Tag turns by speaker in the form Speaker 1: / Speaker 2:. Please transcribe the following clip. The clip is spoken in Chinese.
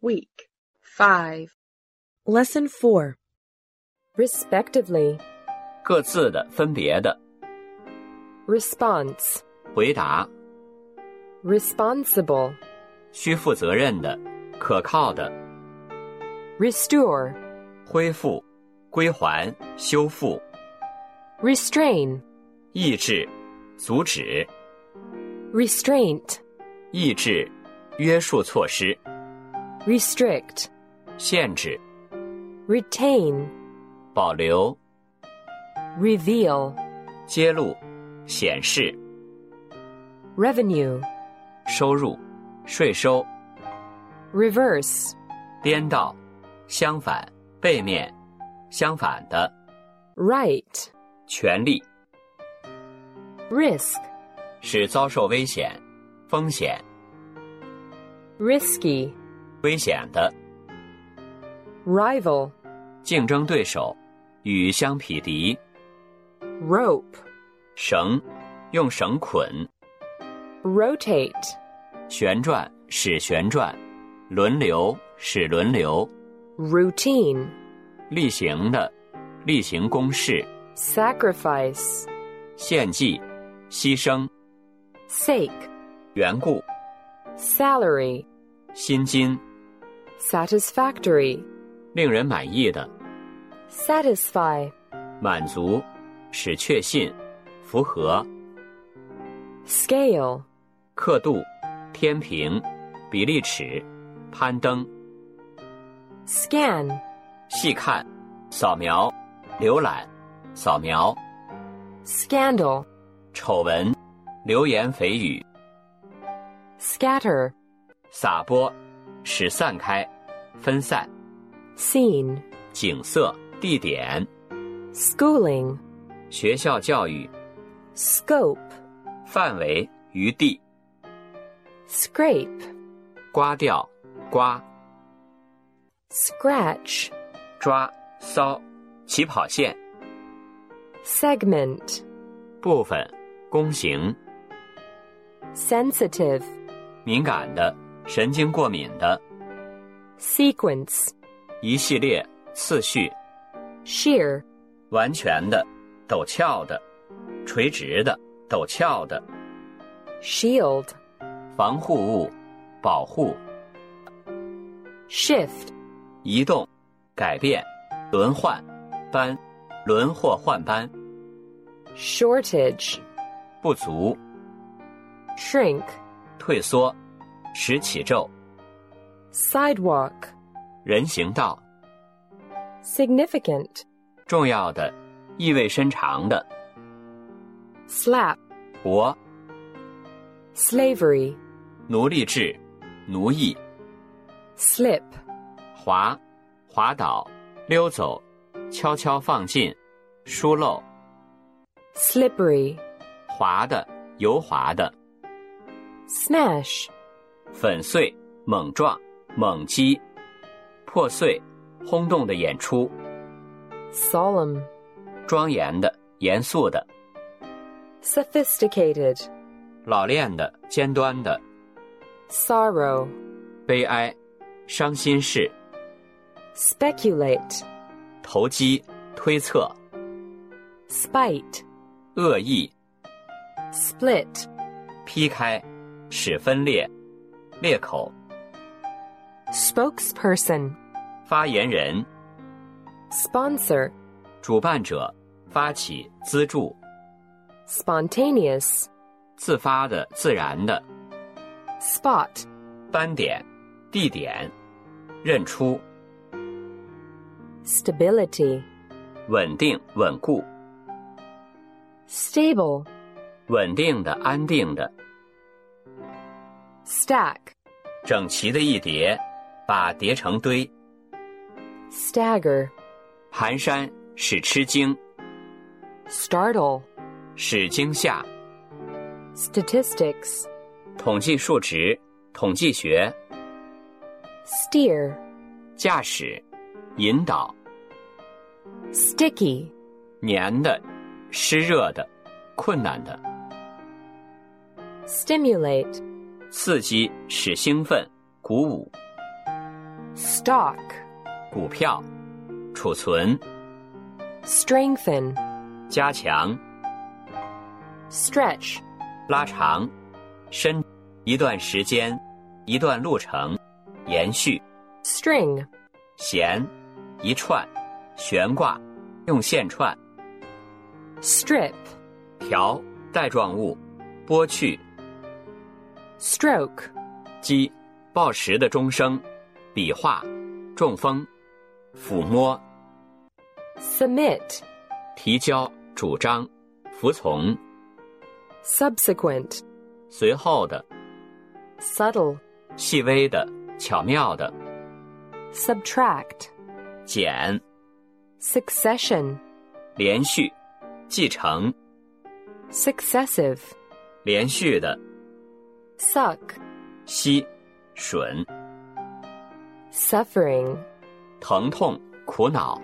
Speaker 1: week. 5.
Speaker 2: Lesson 4 Respectively
Speaker 3: 各自的、分别的
Speaker 2: Response
Speaker 3: 回答，
Speaker 2: Responsible
Speaker 3: 需负责任的、可靠的
Speaker 2: Restore
Speaker 3: 恢复、归还、修复、
Speaker 2: Restrain
Speaker 3: 抑制、阻止、
Speaker 2: Restraint
Speaker 3: 抑制、约束措施、
Speaker 2: Restrict
Speaker 3: 限制、
Speaker 2: Retain
Speaker 3: 保留、
Speaker 2: Reveal
Speaker 3: 揭露、显示、
Speaker 2: Revenue
Speaker 3: 收入、税收、
Speaker 2: Reverse
Speaker 3: 颠倒、相反、背面、相反的、
Speaker 2: Right
Speaker 3: 权利。
Speaker 2: Risk
Speaker 3: 使遭受危险、风险、
Speaker 2: Risky
Speaker 3: 危险的
Speaker 2: Rival
Speaker 3: 竞争对手与相匹敌。
Speaker 2: Rope
Speaker 3: 绳，用绳捆、
Speaker 2: Rotate
Speaker 3: 旋转使旋转，轮流使轮流，
Speaker 2: Routine
Speaker 3: 例行的，例行公事，
Speaker 2: Sacrifice
Speaker 3: 献祭、牺牲、
Speaker 2: Sake
Speaker 3: 缘故、
Speaker 2: Salary
Speaker 3: 薪金，
Speaker 2: Satisfactory
Speaker 3: 令人满意的，
Speaker 2: Satisfy
Speaker 3: 满足，使确信，符合、
Speaker 2: Scale
Speaker 3: 刻度、天平、比例尺、攀登。
Speaker 2: Scan
Speaker 3: 细看、扫描、浏览、扫描、
Speaker 2: Scandal
Speaker 3: 丑闻、流言蜚语、
Speaker 2: Scatter
Speaker 3: 撒播、使散开、分散、
Speaker 2: Scene
Speaker 3: 景色、地点、
Speaker 2: Schooling
Speaker 3: 学校教育、
Speaker 2: Scope
Speaker 3: 范围、余地、
Speaker 2: Scrape
Speaker 3: 刮掉、刮、
Speaker 2: Scratch
Speaker 3: 抓、搔、起跑线、
Speaker 2: Segment
Speaker 3: 部分、弓形、
Speaker 2: Sensitive
Speaker 3: 敏感的、神经过敏的、
Speaker 2: Sequence
Speaker 3: 一系列次序、
Speaker 2: Shear
Speaker 3: 完全的、陡峭的、垂直的、陡峭的。
Speaker 2: Shield
Speaker 3: 防护物、保护、
Speaker 2: Shift
Speaker 3: 移动、改变、轮换、班、轮或换班、
Speaker 2: Shortage
Speaker 3: 不足、
Speaker 2: Shrink
Speaker 3: 退缩、使起皱、
Speaker 2: Sidewalk
Speaker 3: 人行道、
Speaker 2: Significant
Speaker 3: 重要的、意味深长的、
Speaker 2: Slap
Speaker 3: 国、
Speaker 2: Slavery
Speaker 3: 奴隶制、奴役、
Speaker 2: Slip
Speaker 3: 滑、滑倒、溜走、悄悄放进、疏漏、
Speaker 2: Slippery
Speaker 3: 滑的、油滑的、
Speaker 2: Smash
Speaker 3: 粉碎、猛撞、猛击、破碎、轰动的演出。
Speaker 2: Solemn
Speaker 3: 庄严的、严肃的、
Speaker 2: Sophisticated
Speaker 3: 老练的、尖端的、
Speaker 2: Sorrow
Speaker 3: 悲哀、伤心事、
Speaker 2: Speculate
Speaker 3: 投机、推测、
Speaker 2: Spite
Speaker 3: 恶意、
Speaker 2: Split
Speaker 3: 劈开、使分裂、裂口、
Speaker 2: Spokesperson
Speaker 3: 发言人、
Speaker 2: Sponsor
Speaker 3: 主办者、发起、资助、
Speaker 2: Spontaneous
Speaker 3: 自发的、自然的、
Speaker 2: Spot
Speaker 3: 斑点、地点、认出、
Speaker 2: Stability
Speaker 3: 稳定、稳固、
Speaker 2: Stable
Speaker 3: 稳定的、安定的、
Speaker 2: Stack
Speaker 3: 整齐的一叠，把叠成堆。
Speaker 2: Stagger
Speaker 3: 蹒跚使吃惊，
Speaker 2: Startle
Speaker 3: 使惊吓。
Speaker 2: Statistics
Speaker 3: 统计数值、统计学、
Speaker 2: Steer
Speaker 3: 驾驶、引导、
Speaker 2: Sticky
Speaker 3: 黏的、湿热的、困难的、
Speaker 2: Stimulate
Speaker 3: 刺激使兴奋、鼓舞、
Speaker 2: stock,
Speaker 3: 股票、储存、
Speaker 2: strengthen,
Speaker 3: 加强、
Speaker 2: stretch,
Speaker 3: 拉长、伸一段时间、一段路程、延续、
Speaker 2: string,
Speaker 3: 弦、一串、悬挂、用线串、
Speaker 2: strip,
Speaker 3: 条、带状物、剥去、
Speaker 2: stroke,
Speaker 3: 击、报时的钟声、笔画、中风、抚摸、
Speaker 2: submit,
Speaker 3: 提交、主张、服从、
Speaker 2: subsequent,
Speaker 3: 随后的、
Speaker 2: subtle,
Speaker 3: 细微的、巧妙的、
Speaker 2: subtract,
Speaker 3: 减、
Speaker 2: succession,
Speaker 3: 连续、继承、
Speaker 2: successive,
Speaker 3: 连续的、
Speaker 2: suck,
Speaker 3: 吸、吮、
Speaker 2: suffering.
Speaker 3: 疼痛、苦恼。